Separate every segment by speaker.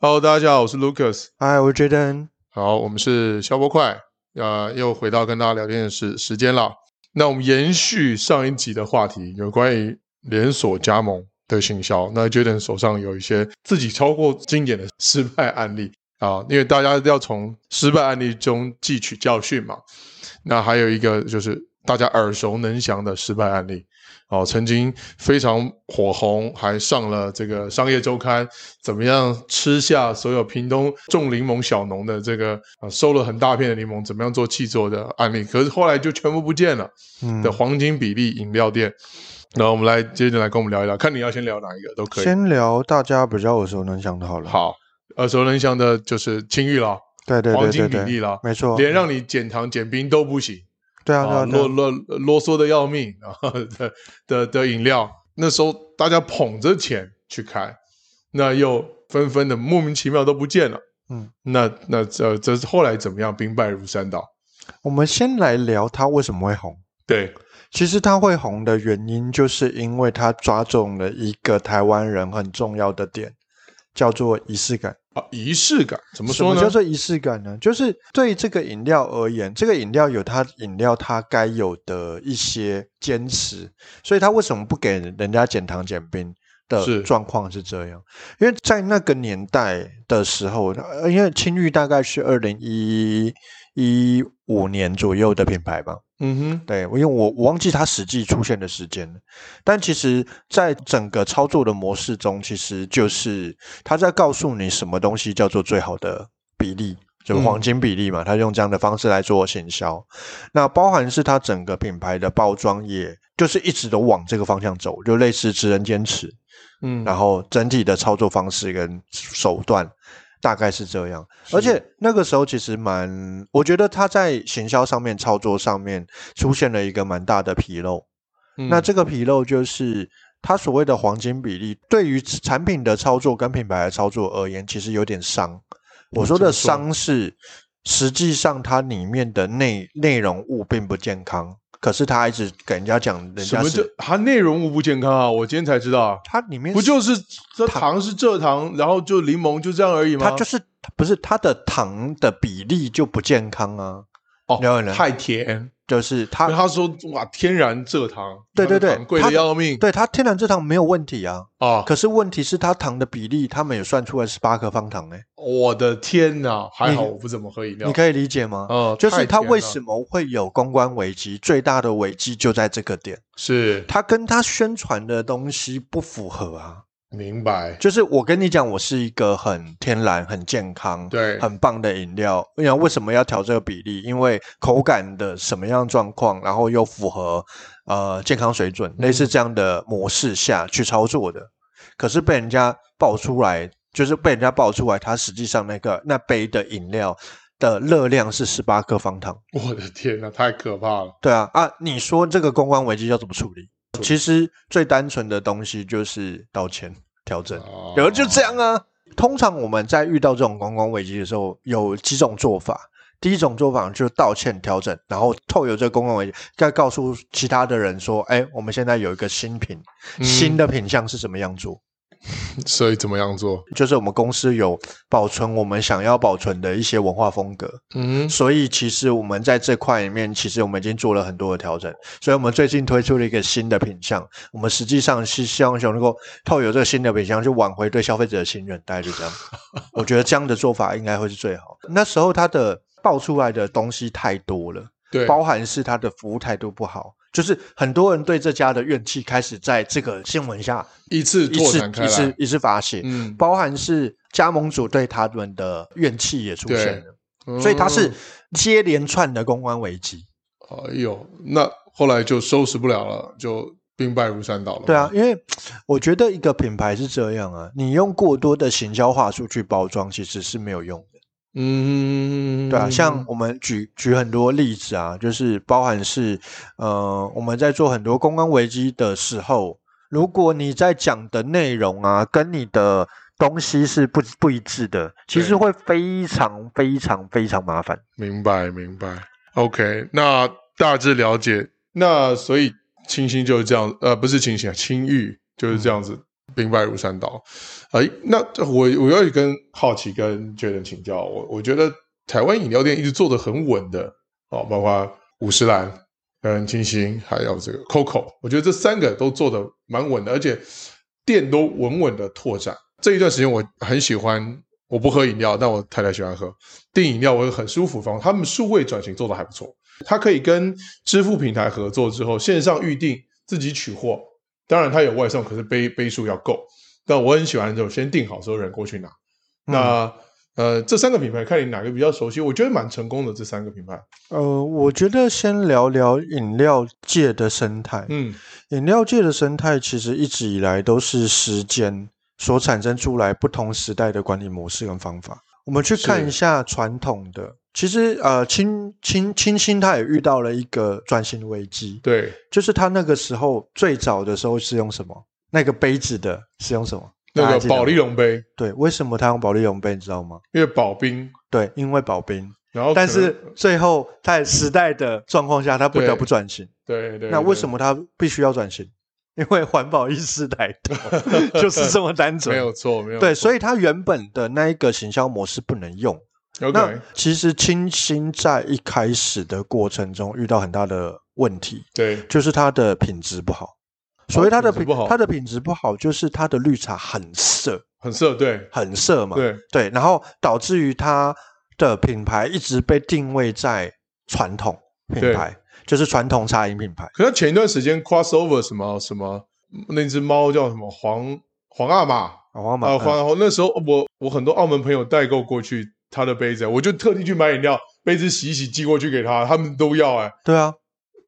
Speaker 1: Hello，大家好，我是 Lucas。
Speaker 2: 嗨，我是 Jaden。
Speaker 1: 好，我们是消波快，呃，又回到跟大家聊天的时时间了。那我们延续上一集的话题，有关于连锁加盟的行销。那 Jaden 手上有一些自己超过经典的失败案例啊，因为大家要从失败案例中汲取教训嘛。那还有一个就是大家耳熟能详的失败案例，哦，曾经非常火红，还上了这个商业周刊，怎么样吃下所有屏东种柠檬小农的这个、啊、收了很大片的柠檬，怎么样做气做的案例，可是后来就全部不见了
Speaker 2: 嗯
Speaker 1: 的，黄金比例饮料店。那我们来接着来跟我们聊一聊，看你要先聊哪一个都可以。
Speaker 2: 先聊大家比较耳熟能详的好了。，
Speaker 1: 好，耳熟能详的就是青玉了，
Speaker 2: 对对
Speaker 1: 黄
Speaker 2: 对
Speaker 1: 金
Speaker 2: 对
Speaker 1: 比例
Speaker 2: 对，
Speaker 1: 了，
Speaker 2: 没错。
Speaker 1: 连让你减糖减冰都不行。
Speaker 2: 对啊对
Speaker 1: 啊，
Speaker 2: 啊
Speaker 1: 啰
Speaker 2: 对啊，
Speaker 1: 啰啰嗦的要命啊 的的的饮料，那时候大家捧着钱去开，那又纷纷的莫名其妙都不见了。
Speaker 2: 嗯，
Speaker 1: 那那这这是后来怎么样？兵败如山倒。
Speaker 2: 我们先来聊它为什么会红。
Speaker 1: 对，
Speaker 2: 其实它会红的原因，就是因为它抓中了一个台湾人很重要的点，叫做仪式感。
Speaker 1: 啊，仪式感怎么
Speaker 2: 什
Speaker 1: 说
Speaker 2: 么
Speaker 1: 呢？
Speaker 2: 叫做仪式感呢？就是对这个饮料而言，这个饮料有它饮料它该有的一些坚持，所以它为什么不给人家减糖减冰
Speaker 1: 是
Speaker 2: 的状况是这样？因为在那个年代的时候，呃因为青玉大概是二零一一五年左右的品牌吧，
Speaker 1: 嗯哼，
Speaker 2: 对，因为我我忘记它实际出现的时间了，但其实，在整个操作的模式中，其实就是它在告诉你什么东西叫做最好的比例，就是黄金比例嘛。它用这样的方式来做行销，那包含是它整个品牌的包装，也就是一直都往这个方向走，就类似职人坚持。
Speaker 1: 嗯，
Speaker 2: 然后整体的操作方式跟手段大概是这样。而且那个时候其实蛮，我觉得他在行销上面、操作上面出现了一个蛮大的纰漏。
Speaker 1: 嗯
Speaker 2: 那这个纰漏就是它所谓的黄金比例，对于产品的操作跟品牌的操作而言，其实有点伤。我说
Speaker 1: 哦怎么
Speaker 2: 的
Speaker 1: 说
Speaker 2: 伤是，实际上它里面的内内容物并不健康，可是他一直给人家讲，人
Speaker 1: 什
Speaker 2: 家
Speaker 1: 么叫
Speaker 2: 是
Speaker 1: 它内容物不健康啊？我今天才知道啊，
Speaker 2: 它里面
Speaker 1: 不
Speaker 2: 是
Speaker 1: 就是这糖是蔗糖，然后就柠檬就这样而已吗？
Speaker 2: 它就是不是它的糖的比例就不健康啊，
Speaker 1: 哦
Speaker 2: 了解了
Speaker 1: 太甜。
Speaker 2: 就是
Speaker 1: 因为
Speaker 2: 它
Speaker 1: 他说哇，天然蔗糖，
Speaker 2: 对对对
Speaker 1: 它的糖贵
Speaker 2: 它
Speaker 1: 的
Speaker 2: 的
Speaker 1: 要命
Speaker 2: 对它天然蔗糖没有问题啊，
Speaker 1: 啊！
Speaker 2: 可是问题是它糖的比例，他们也算出来十八克方糖哎、
Speaker 1: 我的天呐，还好
Speaker 2: 你
Speaker 1: 我不怎么喝饮料。
Speaker 2: 你可以理解吗？
Speaker 1: 哦
Speaker 2: 就是它
Speaker 1: 么
Speaker 2: 为什么会有公关危机，最大的危机就在这个点，
Speaker 1: 是
Speaker 2: 它跟它宣传的东西不符合啊。
Speaker 1: 明白？
Speaker 2: 就是我跟你讲，我是一个很天然、很健康、
Speaker 1: 对
Speaker 2: 很棒的饮料。然后为什么要调这个比例？因为口感的什么样状况，然后又符合呃健康水准，类似这样的模式下去操作的。可是被人家爆出来，就是被人家爆出来，它实际上那个那杯的饮料的热量是十八克方糖。
Speaker 1: 我的天呐，太可怕了！
Speaker 2: 对啊啊！你说这个公关危机要怎么处理？其实最单纯的东西就是道歉、调整。
Speaker 1: 啊
Speaker 2: 然后就这样啊。通常我们在遇到这种公关危机的时候，有几种做法。第一种做法就是道歉调整，然后透由这个公关危机，再告诉其他的人说：“哎，我们现在有一个新品，
Speaker 1: 嗯
Speaker 2: 新的品相是怎么样做？
Speaker 1: 所以怎么样做？
Speaker 2: 就是我们公司有保存我们想要保存的一些文化风格。
Speaker 1: 嗯，
Speaker 2: 所以其实我们在这块里面，其实我们已经做了很多的调整。所以我们最近推出了一个新的品项，我们实际上是希望能够透有这个新的品项去挽回对消费者的信任，大概就 这样。我觉得这样的做法应该会是最好的。那时候它的爆出来的东西太多了，
Speaker 1: 对，
Speaker 2: 包含是它的服务态度不好。就是很多人对这家的怨气开始在这个新闻下
Speaker 1: 一次
Speaker 2: 一
Speaker 1: 拓
Speaker 2: 次
Speaker 1: 展开
Speaker 2: 一次
Speaker 1: 来。
Speaker 2: 一次发泄，
Speaker 1: 嗯，
Speaker 2: 包含是加盟主对他们的怨气也出现了。所以它是接连串的公关危机。
Speaker 1: 嗯，哎呦，那后来就收拾不了了，就兵败如山倒了。
Speaker 2: 对啊，，因为我觉得一个品牌是这样啊，你用过多的行销话术去包装，其实是没有用的。
Speaker 1: 嗯，
Speaker 2: 对啊，像我们举举很多例子啊，就是包含是呃，我们在做很多公关危机的时候，如果你在讲的内容啊，跟你的东西是不不一致的，其实
Speaker 1: 对
Speaker 2: 会非常非常非常麻烦。
Speaker 1: 明白明白。OK，那大致了解。那所以清新就是这样，呃，不是清新啊，青玉就是这样子。兵败如山倒。哎，那我我要跟好奇跟 Jaden 请教，我我觉得台湾饮料店一直做的很稳的哦，包括五十岚、嗯清新，还有这个 Coco，我觉得这三个都做的蛮稳的，而且店都稳稳的拓展。这一段时间我很喜欢，我不喝饮料，但我太太喜欢喝订饮料，我很舒服。方他们数位转型做的还不错，它可以跟支付平台合作之后，线上预定自己取货。当然它有外送，可是杯杯数要够。但我很喜欢这种先订好之后人过去拿。
Speaker 2: 嗯
Speaker 1: 那呃，这三个品牌看你哪个比较熟悉，我觉得蛮成功的这三个品牌。
Speaker 2: 呃，我觉得先聊聊饮料界的生态。
Speaker 1: 嗯
Speaker 2: 饮料界的生态其实一直以来都是时间所产生出来不同时代的管理模式跟方法。我们去看
Speaker 1: 是
Speaker 2: 一下传统的，其实呃，清清清新它也遇到了一个转型危机，
Speaker 1: 对，
Speaker 2: 就是它那个时候最早的时候是用什么？那个杯子的是用什么？大
Speaker 1: 那
Speaker 2: 家
Speaker 1: 个
Speaker 2: 记得吗
Speaker 1: 保利龙杯，
Speaker 2: 对，为什么它用保利龙杯？你知道吗？
Speaker 1: 因为保冰，
Speaker 2: 对，因为保冰。
Speaker 1: 然后
Speaker 2: 但
Speaker 1: 哦可能
Speaker 2: 是最后在时代的状况下，它不得不转型。
Speaker 1: 对对，
Speaker 2: 那为什
Speaker 1: 么
Speaker 2: 么它必须要转型？因为环保意识抬 头，就是这么单纯。
Speaker 1: 没有错？没有
Speaker 2: 对，所
Speaker 1: 以
Speaker 2: 以它原本的那一个行销模式不能用。那
Speaker 1: OK
Speaker 2: 其实清新在一开始的过程中遇到很大的问题，
Speaker 1: 对
Speaker 2: 就是它的品质不好。所谓它的
Speaker 1: 哦品质不好
Speaker 2: 它的品质不好，就是它的绿茶很涩，
Speaker 1: 很色对
Speaker 2: 很涩嘛。
Speaker 1: 对
Speaker 2: 对，然后导致于它的品牌一直被定位在传统品牌，就是传统茶饮品牌。
Speaker 1: 可是前一段时间 crossover 什么什么，那只猫叫什么黄黄阿玛
Speaker 2: 哦黄马
Speaker 1: 啊
Speaker 2: 嗯
Speaker 1: 黄，然后那时候我我很多澳门朋友代购过去他的杯子，我就特地去买饮料，杯子洗一洗寄过去给他，他们都要哎、
Speaker 2: 对啊，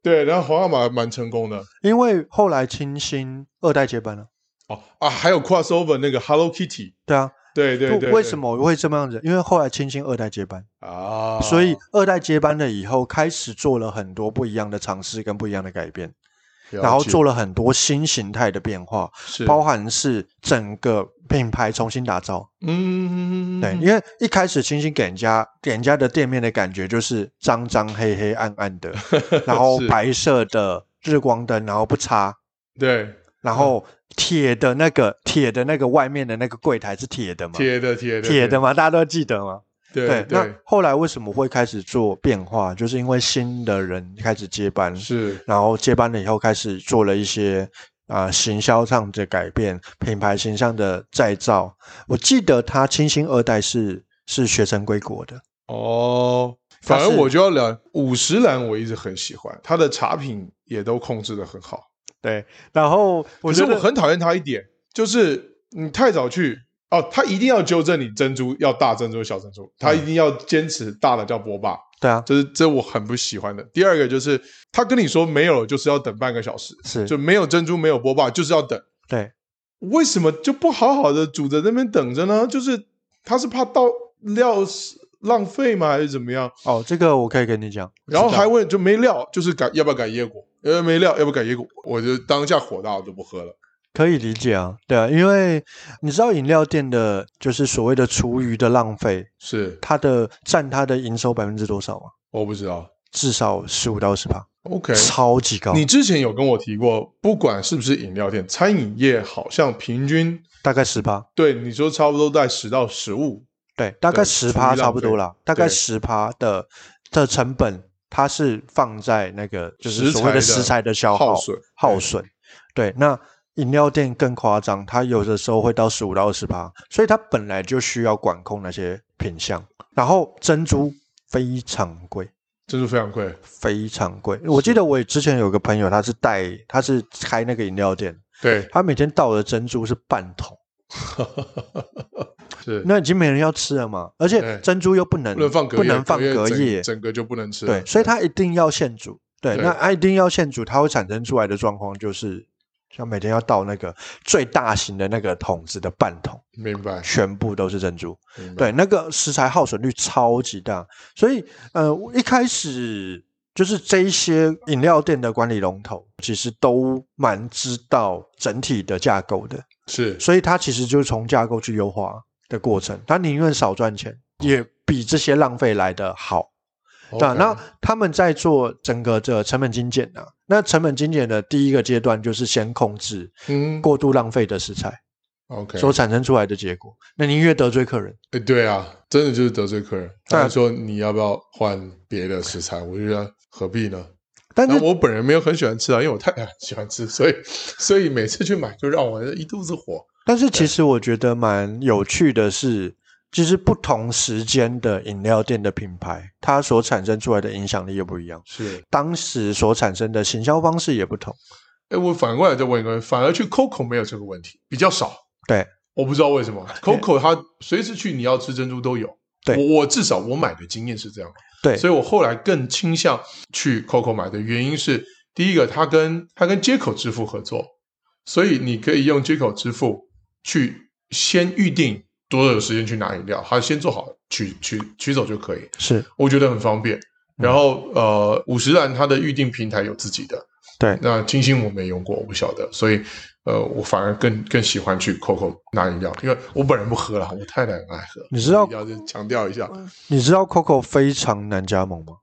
Speaker 1: 对，然后黄阿玛蛮成功的
Speaker 2: 因为后来清新二代接班了。
Speaker 1: 哦啊，还有 crossover 那个 Hello Kitty，
Speaker 2: 对啊，
Speaker 1: 对对
Speaker 2: 不
Speaker 1: 对，对
Speaker 2: 为什么会这么样子？因为后来清新二代接班，
Speaker 1: 啊？
Speaker 2: 所以二代接班了以后，开始做了很多不一样的尝试跟不一样的改变，然后做
Speaker 1: 了
Speaker 2: 了很多新形态的变化，
Speaker 1: 解是
Speaker 2: 包含是整个品牌重新打造。
Speaker 1: 嗯
Speaker 2: 对，因为一开始清新给人家给人家的店面的感觉就是脏脏黑黑暗暗的，然 后
Speaker 1: 是
Speaker 2: 白色的日光灯，然后不擦，
Speaker 1: 对
Speaker 2: 然后
Speaker 1: 嗯
Speaker 2: 铁的那个铁的那个外面的那个柜台是铁的嘛，
Speaker 1: 铁的铁的
Speaker 2: 铁的嘛，大家都记得嘛。
Speaker 1: 对
Speaker 2: 那
Speaker 1: 对
Speaker 2: 后来为什么会开始做变化？就是因为新的人开始接班，
Speaker 1: 是
Speaker 2: 然后接班了以后开始做了一些啊、呃行销上的改变，品牌形象的再造。我记得他清新二代是是学成归国的，
Speaker 1: 哦。
Speaker 2: 它
Speaker 1: 反而
Speaker 2: 是
Speaker 1: 我就要聊五十岚，我一直很喜欢，它的茶品也都控制的很好。
Speaker 2: 对。然后我
Speaker 1: 可是
Speaker 2: 觉
Speaker 1: 我
Speaker 2: 得
Speaker 1: 很讨厌他一点，就是你太早去哦，他一定要纠正你珍珠要大珍珠小珍珠，
Speaker 2: 嗯
Speaker 1: 他一定要坚持大的叫波霸，
Speaker 2: 对啊，
Speaker 1: 这是这我很不喜欢的。第二个就是他跟你说没有了，就是要等半个小时，
Speaker 2: 是
Speaker 1: 就没有珍珠没有波霸，就是要等。
Speaker 2: 对
Speaker 1: 为什么就不好好的煮着那边等着呢？就是他是怕倒料是浪费吗，还是怎么样？
Speaker 2: 哦，这个我可以跟你讲。
Speaker 1: 然后
Speaker 2: 知道
Speaker 1: 还问就没料，就是改要不要改椰果？呃，没料要不要改椰果？我就当下火大，我就不喝了。
Speaker 2: 可以理解啊，对啊，因为你知道饮料店的就是所谓的厨余的浪费，
Speaker 1: 是
Speaker 2: 它的占它的营收百分之多少吗？啊
Speaker 1: 我不知道。
Speaker 2: 至少十五到十趴，
Speaker 1: OK，
Speaker 2: 超级高，
Speaker 1: 你之前有跟我提过，不管是不是饮料店，餐饮业好像平均
Speaker 2: 大概十趴，
Speaker 1: 对你说差不多在十到十五。
Speaker 2: 对，大概
Speaker 1: 对
Speaker 2: 十
Speaker 1: 厨余浪
Speaker 2: 趴
Speaker 1: 费
Speaker 2: 差不多啦，大概
Speaker 1: 对
Speaker 2: 十趴的的成本，它是放在那个就是
Speaker 1: 食
Speaker 2: 所谓
Speaker 1: 材
Speaker 2: 的
Speaker 1: 的
Speaker 2: 食材的消耗
Speaker 1: 耗损
Speaker 2: 耗损，对，那。饮料店更夸张，它有的时候会到十五到二十趴，所以它本来就需要管控那些品相。然后珍珠非常贵，
Speaker 1: 珍珠非常贵，
Speaker 2: 非常贵。我记得我之前有个朋友，他是带他是开那个饮料店，
Speaker 1: 对，
Speaker 2: 他每天倒的珍珠是半桶，
Speaker 1: 是
Speaker 2: 那已经没人要吃了嘛。而且
Speaker 1: 对
Speaker 2: 珍珠又不能
Speaker 1: 不能放隔夜，
Speaker 2: 不能放隔
Speaker 1: 整
Speaker 2: 夜，
Speaker 1: 整个就不能吃了。
Speaker 2: 对，所以它一定要现煮。对，
Speaker 1: 对
Speaker 2: 那它一定要现煮，它会产生出来的状况就是，像每天要倒那个最大型的那个桶子的半桶，
Speaker 1: 明白，
Speaker 2: 全部都是珍珠。
Speaker 1: 明白。
Speaker 2: 对，那个食材耗损率超级大，所以呃，我一开始就是这一些饮料店的管理龙头，其实都蛮知道整体的架构的，
Speaker 1: 是
Speaker 2: 所以它其实就是从架构去优化的过程，它宁愿少赚钱，也比这些浪费来的好。对啊、
Speaker 1: OK
Speaker 2: 那他们在做整个这成本精简啊，那成本精简的第一个阶段就是先控制
Speaker 1: 嗯，
Speaker 2: 过度浪费的食材，
Speaker 1: OK，
Speaker 2: 所产生出来的结果。那你越得罪客人，
Speaker 1: 哎，对啊，真的就是得罪客人。
Speaker 2: 但
Speaker 1: 他就说你要不要换别的食材？我就觉得何必呢？
Speaker 2: 但
Speaker 1: 那
Speaker 2: 是
Speaker 1: 我本人没有很喜欢吃啊，因为我太太很喜欢吃，所以所以每次去买就让我一肚子火。
Speaker 2: 但是其实我觉得蛮有趣的是，其实不同时间的饮料店的品牌，它所产生出来的影响力又不一样，
Speaker 1: 是，
Speaker 2: 当时所产生的行销方式也不同。
Speaker 1: 哎，我反过来再问一个问题，反而去 Coco 没有这个问题，比较少。
Speaker 2: 对，
Speaker 1: 我不知道为什么 Coco 它随时去你要吃珍珠都有。
Speaker 2: 对
Speaker 1: 我我至少我买的经验是这样，
Speaker 2: 对
Speaker 1: 所以我后来更倾向去 Coco 买的原因是，第一个它跟它跟接口支付合作，所以你可以用接口支付去先预定多久时间去拿饮料，它先做好取取取走就可以。
Speaker 2: 是
Speaker 1: 我觉得很方便。然后呃，五十岚它的预定平台有自己的，
Speaker 2: 对
Speaker 1: 那金星我没用过，我不晓得，所以呃，我反而更更喜欢去 Coco 拿饮料，因为我本人不喝啦，我太太很爱喝。
Speaker 2: 你知道
Speaker 1: 要强调一下，
Speaker 2: 你知道 Coco 非常难加盟吗？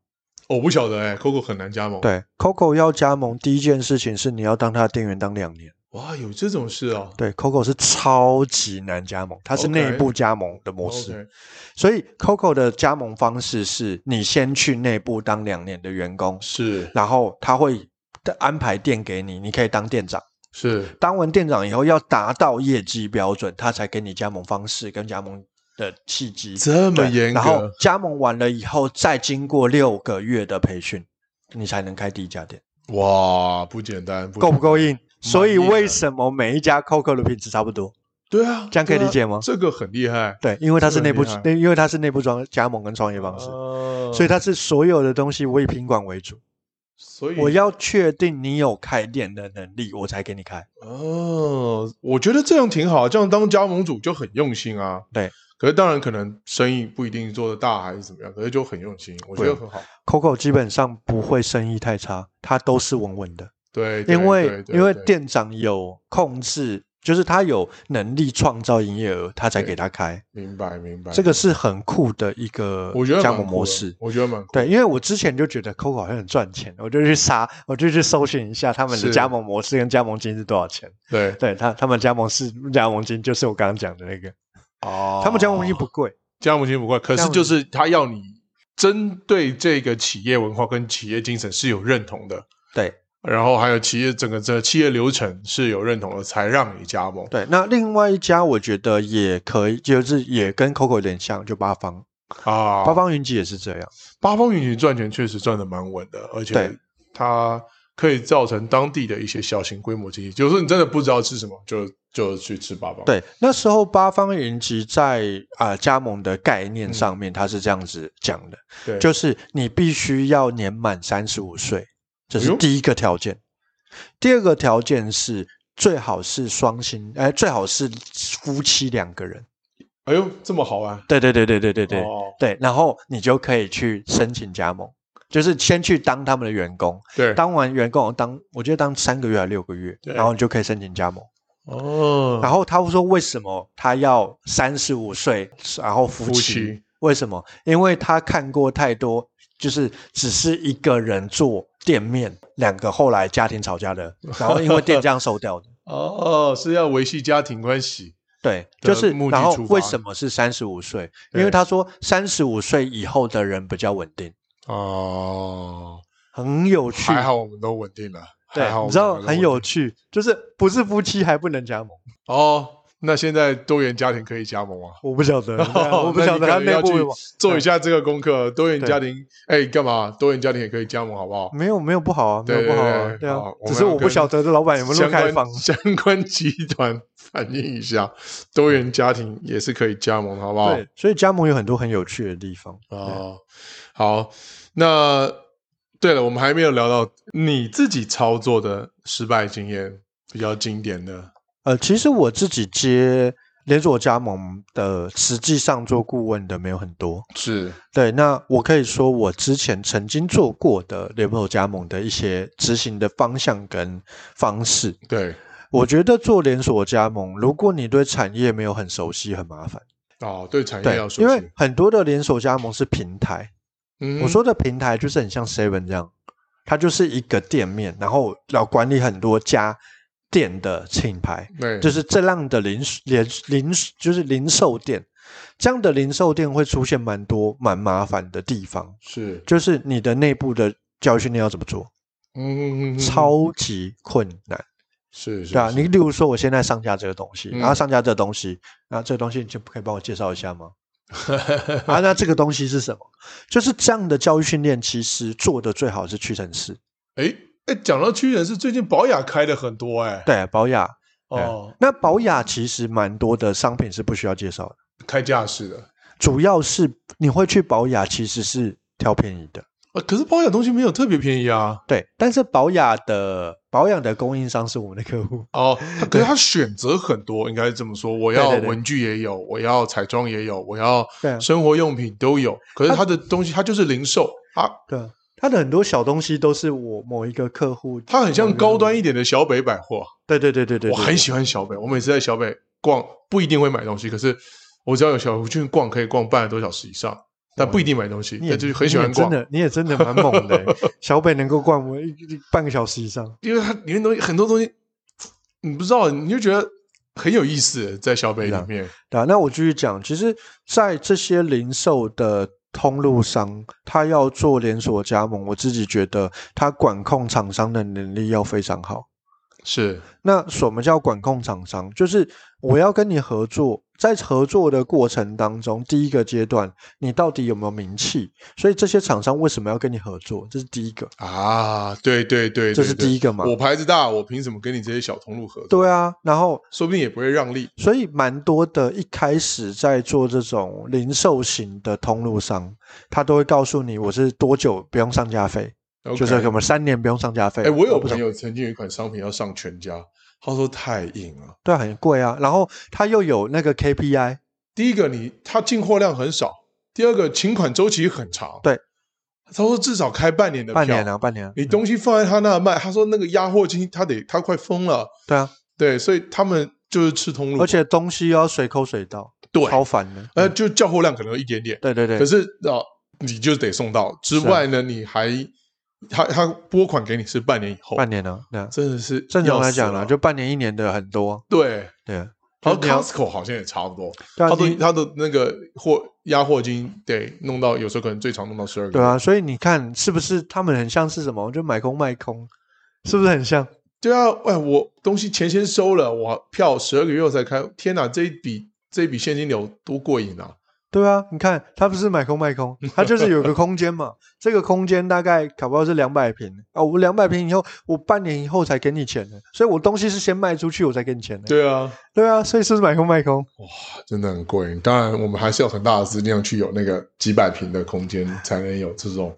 Speaker 1: 我不晓得哎、c o c o 很难加盟。，
Speaker 2: 对，Coco 要加盟第一件事情是你要当它的店员当两年。
Speaker 1: 哇，有这种事啊？
Speaker 2: 对，Coco 是超级难加盟，它是
Speaker 1: OK
Speaker 2: 内部加盟的模式。
Speaker 1: OK，
Speaker 2: 所以 Coco 的加盟方式是你先去内部当两年的员工，
Speaker 1: 是
Speaker 2: 然后他会安排店给你，你可以当店长。
Speaker 1: 是
Speaker 2: 当完店长以后，要达到业绩标准，他才给你加盟方式跟加盟的契机。
Speaker 1: 这么
Speaker 2: 对
Speaker 1: 严
Speaker 2: 然后
Speaker 1: 格，
Speaker 2: 加盟完了以后，再经过六个月的培训，你才能开第一家店，
Speaker 1: 哇，不简单，
Speaker 2: 够不
Speaker 1: 简单
Speaker 2: 够？硬？所以
Speaker 1: 满意了
Speaker 2: 为什么每一家 Coco 的品质差不多？
Speaker 1: 对啊，
Speaker 2: 这样可以
Speaker 1: 对啊
Speaker 2: 理解吗
Speaker 1: 这个很厉害，
Speaker 2: 对，因为它是
Speaker 1: 这个很
Speaker 2: 内部
Speaker 1: 厉害，
Speaker 2: 内因为它是内部装加盟跟创业方式，
Speaker 1: 哦
Speaker 2: 所以它是所有的东西我以品管为主，
Speaker 1: 所以
Speaker 2: 我要确定你有开店的能力，我才给你开。
Speaker 1: 哦，我觉得这样挺好，这样当加盟主就很用心啊。
Speaker 2: 对，
Speaker 1: 可是当然可能生意不一定做得大还是怎么样，可是就很用心，我觉得很好。
Speaker 2: Coco 基本上不会生意太差，它都是稳稳的，
Speaker 1: 对，对
Speaker 2: 因
Speaker 1: 对
Speaker 2: 为
Speaker 1: 对
Speaker 2: 因为
Speaker 1: 对
Speaker 2: 店长有控制，就是他有能力创造营业额，他才
Speaker 1: 对
Speaker 2: 给他开。
Speaker 1: 明白明白，
Speaker 2: 这个是很酷的一个
Speaker 1: 我觉得
Speaker 2: 加
Speaker 1: 蛮
Speaker 2: 盟
Speaker 1: 酷
Speaker 2: 模
Speaker 1: 的
Speaker 2: 式。
Speaker 1: 我觉得蛮酷的
Speaker 2: 对，因为我之前就觉得 Coco 好像很赚钱，我就去查，我就去搜寻一下他们的
Speaker 1: 是
Speaker 2: 加盟模式跟加盟金是多少钱。
Speaker 1: 对
Speaker 2: 对他，他们加盟是加盟金，就是我刚刚讲的那个，
Speaker 1: 哦
Speaker 2: 他们加盟金不贵，
Speaker 1: 加盟金不贵，可
Speaker 2: 加
Speaker 1: 是
Speaker 2: 盟
Speaker 1: 就是他要你针对这个企业文化跟企业精神是有认同的，
Speaker 2: 对
Speaker 1: 然后还有企业整个这企业流程是有认同的，才让你加盟。
Speaker 2: 对。那另外一家我觉得也可以，就是也跟 Coco 有点像，就八方，
Speaker 1: 啊，
Speaker 2: 八方云集也是这样，
Speaker 1: 八方云集赚钱确实赚的蛮稳的，而且
Speaker 2: 对
Speaker 1: 它可以造成当地的一些小型规模经济。有时候你真的不知道吃什么，就就去吃八方。，
Speaker 2: 对。那时候八方云集在啊、呃加盟的概念上面，它是这样子讲的，
Speaker 1: 对
Speaker 2: 就是你必须要年满三十五岁，这
Speaker 1: 哎
Speaker 2: 是
Speaker 1: 呦
Speaker 2: 第一个条件。第二个条件是最好是双薪，哎、最好是夫妻两个人。
Speaker 1: 哎呦，这么好玩！
Speaker 2: 对对对对对对对。
Speaker 1: 哦、
Speaker 2: 对，然后你就可以去申请加盟，就是先去当他们的员工，
Speaker 1: 对，
Speaker 2: 当完员工当我觉得当三个月还是六个月，
Speaker 1: 对
Speaker 2: 然后你就可以申请加盟。
Speaker 1: 哦，
Speaker 2: 然后他说为什么他要三十五岁，然后夫
Speaker 1: 夫妻
Speaker 2: 为什么？因为他看过太多，就是只是一个人做店面，两个后来家庭吵架的，然后因为店这样收掉的。
Speaker 1: 哦是要维系家庭关系。
Speaker 2: 对，
Speaker 1: 的
Speaker 2: 就是
Speaker 1: 目的
Speaker 2: 然后
Speaker 1: 出
Speaker 2: 为
Speaker 1: 发
Speaker 2: 什么是三十五岁？因
Speaker 1: 对
Speaker 2: 为他说三十五岁以后的人比较稳定，
Speaker 1: 哦，
Speaker 2: 很有趣。
Speaker 1: 还好我们都稳定了。
Speaker 2: 对
Speaker 1: 还好，我
Speaker 2: 你
Speaker 1: 们
Speaker 2: 知道
Speaker 1: 都稳定
Speaker 2: 很有趣，就是不是夫妻还不能加盟，
Speaker 1: 哦。那现在多元家庭可以加盟吗？哦
Speaker 2: 我不晓 得， 对啊我不
Speaker 1: 那
Speaker 2: 晓
Speaker 1: 你
Speaker 2: 得
Speaker 1: 可
Speaker 2: 他
Speaker 1: 能
Speaker 2: 内
Speaker 1: 要
Speaker 2: 部
Speaker 1: 去
Speaker 2: 有
Speaker 1: 做一下这个功课。多元
Speaker 2: 对
Speaker 1: 家庭，哎，干嘛？多元家庭也可以加盟，好不好？
Speaker 2: 没有没有不好啊，没有
Speaker 1: 对
Speaker 2: 不好啊
Speaker 1: 对，
Speaker 2: 对啊
Speaker 1: 好，我
Speaker 2: 只
Speaker 1: 们
Speaker 2: 是
Speaker 1: 要
Speaker 2: 我不
Speaker 1: 跟
Speaker 2: 晓得这老板有没有那么开放，
Speaker 1: 相关相关集团反映一下，多元家庭也是可以加盟，好不好？
Speaker 2: 对，所以加盟有很多很有趣的地方。
Speaker 1: 哦，好，那对了，我们还没有聊到你自己操作的失败经验，比较经典的
Speaker 2: 呃，其实我自己接连锁加盟的，实际上做顾问的没有很多。
Speaker 1: 是
Speaker 2: 对，那我可以说我之前曾经做过的连锁加盟的一些执行的方向跟方式。
Speaker 1: 对
Speaker 2: 我觉得做连锁加盟，如果你对产业没有很熟悉，很麻烦。
Speaker 1: 哦，对产业
Speaker 2: 对
Speaker 1: 要，熟
Speaker 2: 因
Speaker 1: 悉
Speaker 2: 为。很多的连锁加盟是平台，
Speaker 1: 嗯
Speaker 2: 我说的平台就是很像 Seven 这样，它就是一个店面，然后要管理很多家店的品牌，
Speaker 1: 对，
Speaker 2: 就是这样的零零零就是零售店，这样的零售店会出现蛮多蛮麻烦的地方，
Speaker 1: 是，
Speaker 2: 就是你的内部的教育训练要怎么做，
Speaker 1: 嗯，
Speaker 2: 超级困难。
Speaker 1: 是是，
Speaker 2: 对啊，
Speaker 1: 是
Speaker 2: 你例如说，我现在上架这个东西，
Speaker 1: 嗯
Speaker 2: 然后上架这个东西，然后这个东西你就可以帮我介绍一下 吗？啊，那这个东西是什么？就是这样的教育训练，其实做的最好是屈臣氏，
Speaker 1: 哎哎，讲到屈臣氏，最近宝雅开的很多哎，
Speaker 2: 对，宝雅。
Speaker 1: 哦，
Speaker 2: 那宝雅其实蛮多的商品是不需要介绍的，
Speaker 1: 开架式的，
Speaker 2: 主要是你会去宝雅其实是挑便宜的，
Speaker 1: 啊，可是宝雅东西没有特别便宜啊，
Speaker 2: 对。但是宝雅的保养的供应商是我们的客户，
Speaker 1: 哦，它可是它选择很多，应该是这么说，我要
Speaker 2: 对对对
Speaker 1: 文具也有，我要彩妆也有，我要
Speaker 2: 对啊
Speaker 1: 生活用品都有，可是它的东西它就是零售啊，
Speaker 2: 对啊。他的很多小东西都是我某一个客户，
Speaker 1: 它很像高端一点的小北百货。
Speaker 2: 对，对对对对对，
Speaker 1: 我很喜欢小北，我每次在小北逛不一定会买东西，可是我只要有小我去逛，可以逛半个多小时以上，但不一定买东西，
Speaker 2: 你
Speaker 1: 但
Speaker 2: 也
Speaker 1: 就是很喜欢逛
Speaker 2: 你也真，的你也真的蛮猛的欸。小北能够逛我一一半个小时以上，
Speaker 1: 因为它里面东西很多东西你不知道，你就觉得很有意思，在小北里面，
Speaker 2: 对啊。那我继续讲，其实，在这些零售的通路商，他要做连锁加盟，我自己觉得他管控厂商的能力要非常好。
Speaker 1: 是
Speaker 2: 那什么叫管控厂商？就是我要跟你合作，在合作的过程当中，第一个阶段，你到底有没有名气？所以这些厂商为什么要跟你合作？这是第一个，
Speaker 1: 啊，对对对，
Speaker 2: 这是
Speaker 1: 对对
Speaker 2: 第一个嘛
Speaker 1: 我牌子大，我凭什么跟你这些小通路合作？
Speaker 2: 对啊。然后
Speaker 1: 说不定也不会让利，
Speaker 2: 所以蛮多的，一开始在做这种零售型的通路商，他都会告诉你我是多久不用上架费
Speaker 1: OK
Speaker 2: 就是我们三年不用上架费。
Speaker 1: 哎，我有
Speaker 2: 不
Speaker 1: 朋
Speaker 2: 想
Speaker 1: 友曾经有一款商品要上全家，他说太硬了。
Speaker 2: 对啊很贵啊，然后他又有那个 KPI，
Speaker 1: 第一个你它进货量很少，第二个请款周期很长。
Speaker 2: 对，
Speaker 1: 他说至少开半年的票。
Speaker 2: 半年啊，半年啊、
Speaker 1: 你东西放在他那卖，他说那个压货金他得他快疯了。
Speaker 2: 对啊，
Speaker 1: 对，所以他们就是吃通路，
Speaker 2: 而且东西又要随口随到，
Speaker 1: 嗯对，
Speaker 2: 超烦的。
Speaker 1: 呃，就叫货量可能有一点点，
Speaker 2: 对对对啊
Speaker 1: 可，是啊、你就得送到。之外呢，你还他他拨款给你是半年以后，
Speaker 2: 半年啊，对啊，
Speaker 1: 真的是
Speaker 2: 正常来讲
Speaker 1: 要
Speaker 2: 呢，
Speaker 1: 死啊了
Speaker 2: 就半年一年的很多，
Speaker 1: 对。
Speaker 2: 对啊。
Speaker 1: 然
Speaker 2: 就
Speaker 1: 后
Speaker 2: 你要
Speaker 1: Costco 好像也差不多，
Speaker 2: 对啊
Speaker 1: 他的
Speaker 2: 你
Speaker 1: 他的那个货压货金得弄到，有时候可能最长弄到十二个月。
Speaker 2: 对啊，所以你看是不是他们很像是什么？就买空卖空，是不是很像？
Speaker 1: 对啊，哎，我东西钱先收了，我票十二个月后才开，天哪，这一笔这一笔现金流多过瘾啊！
Speaker 2: 对啊，你看他不是买空卖空，他就是有个空间嘛。这个空间大概搞不好是两百平啊，我两百平以后，我半年以后才给你钱呢，所以我东西是先卖出去，我才给你钱的。
Speaker 1: 对啊，
Speaker 2: 对啊，所以是不是买空卖空？
Speaker 1: 真的很过瘾。当然，我们还是要很大的资金量去有那个几百平的空间，才能有这种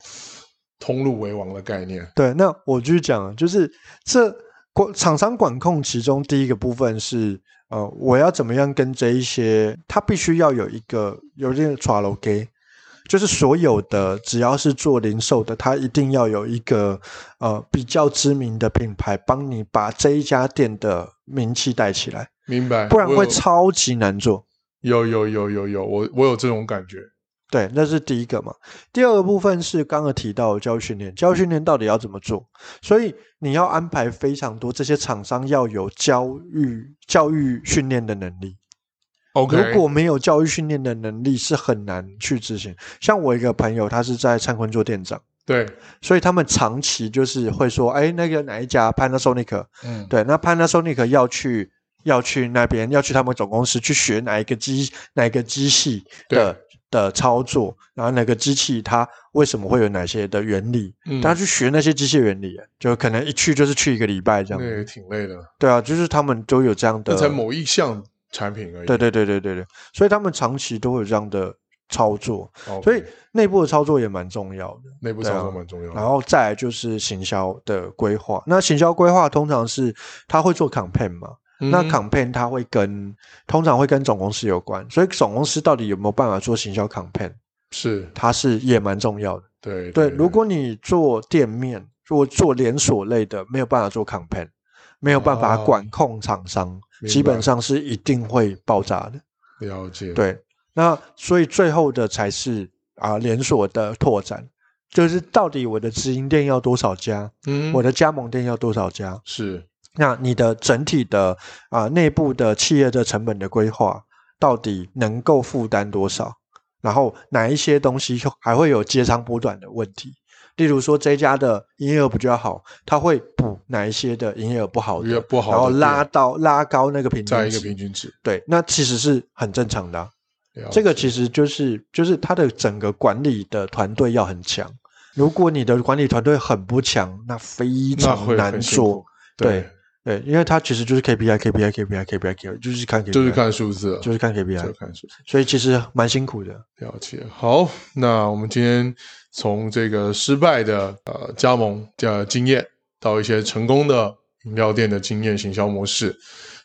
Speaker 1: 通路为王的概念。
Speaker 2: 对，那我继续讲啊，就是这管厂商管控其中第一个部分是，呃，我要怎么样跟这一些，他必须要有一个有这个 t r a l g 就是所有的只要是做零售的，他一定要有一个呃比较知名的品牌帮你把这一家店的名气带起来，
Speaker 1: 明白？
Speaker 2: 不然
Speaker 1: 我
Speaker 2: 会
Speaker 1: 有
Speaker 2: 超级难做。
Speaker 1: 有有有有有，我我有这种感觉。
Speaker 2: 对，那是第一个嘛。第二个部分是刚刚提到的教育训练，教育训练到底要怎么做？所以你要安排非常多，这些厂商要有教育教育训练的能力。
Speaker 1: OK，
Speaker 2: 如果没有教育训练的能力，是很难去执行。像我一个朋友，他是在灿坤做店长，
Speaker 1: 对，
Speaker 2: 所以他们长期就是会说，哎，那个哪一家 Panasonic，
Speaker 1: 嗯，
Speaker 2: 对，那 Panasonic 要去要去那边，要去他们总公司去学哪一个机哪一个机器的的操作，然后哪个机器它为什么会有哪些的原理，
Speaker 1: 嗯
Speaker 2: 他去学那些机械原理，就可能一去就是去一个礼拜这样
Speaker 1: 那
Speaker 2: 子。
Speaker 1: 也挺累的，
Speaker 2: 对啊，就是他们都有这样的
Speaker 1: 那，才某一项产品而已。
Speaker 2: 对对对对对对，所以他们长期都会有这样的操作，
Speaker 1: OK，
Speaker 2: 所以内部的操作也蛮重要的。
Speaker 1: 内部
Speaker 2: 对啊
Speaker 1: 操作蛮重要的。
Speaker 2: 然后再来就是行销的规划，那行销规划通常是他会做 campaign 嘛，
Speaker 1: 嗯
Speaker 2: 那 campaign 它会跟通常会跟总公司有关，所以总公司到底有没有办法做行销 campaign，
Speaker 1: 是
Speaker 2: 它是也蛮重要的。
Speaker 1: 对
Speaker 2: 对，如果你做店面，如果做连锁类的，没有办法做 campaign，没有办法
Speaker 1: 哦
Speaker 2: 管控厂商，
Speaker 1: 明
Speaker 2: 基本
Speaker 1: 白
Speaker 2: 上是一定会爆炸的。
Speaker 1: 了解，
Speaker 2: 对，那所以最后的才是啊、连锁的拓展，就是到底我的直营店要多少家，
Speaker 1: 嗯，
Speaker 2: 我的加盟店要多少家，
Speaker 1: 是
Speaker 2: 那你的整体的啊、内部的企业的成本的规划到底能够负担多少？然后哪一些东西还会有截长补短的问题？例如说这一家的营业额比较好，它会补哪一些的营业额不好
Speaker 1: 营业
Speaker 2: 的
Speaker 1: 额，不好的
Speaker 2: 然后拉
Speaker 1: 对
Speaker 2: 到拉高那个平均值，
Speaker 1: 再一个平均值。
Speaker 2: 对，那其实是很正常的啊、
Speaker 1: 了
Speaker 2: 这个
Speaker 1: 解
Speaker 2: 其实就是就是他的整个管理的团队要很强。如果你的管理团队很不强，那非
Speaker 1: 那
Speaker 2: 常
Speaker 1: 会
Speaker 2: 难
Speaker 1: 很辛苦
Speaker 2: 做。对对，因为它其实就是 KPI KPI KPI KPI KPI，就是看 KPI，
Speaker 1: 就是看数字了，
Speaker 2: 就是看
Speaker 1: 就是
Speaker 2: KPI，
Speaker 1: 看数字。
Speaker 2: 所以其实蛮辛苦的。
Speaker 1: 了解，好，那我们今天从这个失败的呃加盟的经验，到一些成功的饮料店的经验、行销模式，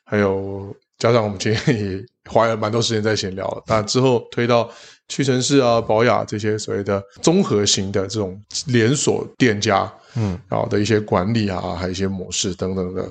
Speaker 1: 还有加上我们今天也花了蛮多时间在闲聊了，那之后推到屈臣氏啊、宝雅这些所谓的综合型的这种连锁店家，
Speaker 2: 嗯，
Speaker 1: 然后的一些管理啊，还有一些模式等等的。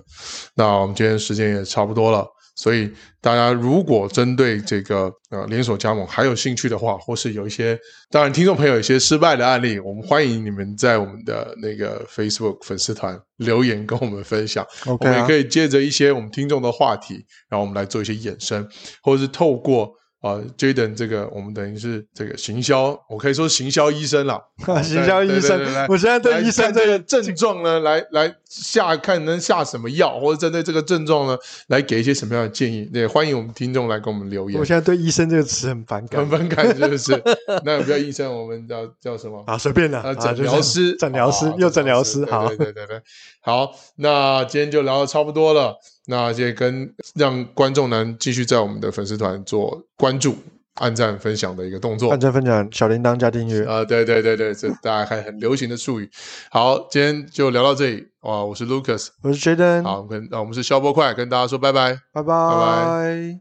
Speaker 1: 那我们今天时间也差不多了，所以大家如果针对这个呃连锁加盟还有兴趣的话，或是有一些，当然听众朋友有一些失败的案例，我们欢迎你们在我们的那个 Facebook 粉丝团留言跟我们分享。我
Speaker 2: OK
Speaker 1: 们也
Speaker 2: 啊
Speaker 1: 可，以借着一些我们听众的话题，然后我们来做一些衍生，或者是透过。啊、j a d e n 这个我们等于是这个行销，我可以说行销医生啦，
Speaker 2: 行销医
Speaker 1: 对对对
Speaker 2: 生
Speaker 1: 对，
Speaker 2: 我现在
Speaker 1: 来
Speaker 2: 对医生
Speaker 1: 看
Speaker 2: 这
Speaker 1: 这
Speaker 2: 个
Speaker 1: 个症状呢，来来下看能下什么药，或者针对这个症状呢，来给一些什么样的建议。也欢迎我们听众来给我们留言
Speaker 2: 我，现在对医生这个词很反感
Speaker 1: 很反感是不 是？那不要医生，我们叫叫什么？
Speaker 2: 啊，随便了
Speaker 1: 啊，
Speaker 2: 啊，
Speaker 1: 诊
Speaker 2: 就
Speaker 1: 疗
Speaker 2: 是
Speaker 1: 师，
Speaker 2: 诊疗师
Speaker 1: 啊
Speaker 2: 又诊疗师，
Speaker 1: 对
Speaker 2: 好
Speaker 1: 对，对对对，好，那今天就聊的差不多了，那也跟让观众呢继续在我们的粉丝团做关注、按赞、分享的一个动作
Speaker 2: 按。赞分享，小铃铛加订阅，
Speaker 1: 啊、对对对对，这大家还很流行的术语。好，今天就聊到这里啊、我是 Lucas，
Speaker 2: 我是 Jaden，
Speaker 1: 好，我们跟啊我们是消波快，跟大家说拜拜。
Speaker 2: 拜
Speaker 1: 拜
Speaker 2: 拜。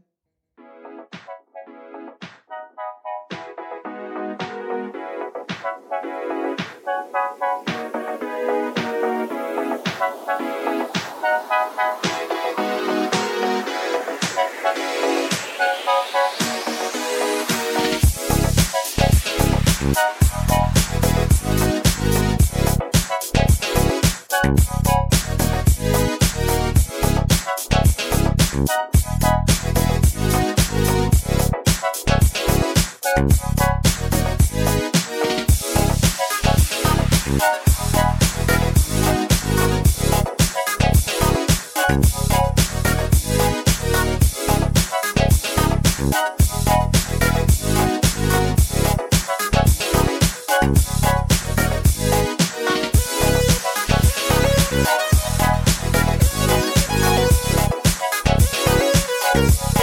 Speaker 3: Thank you.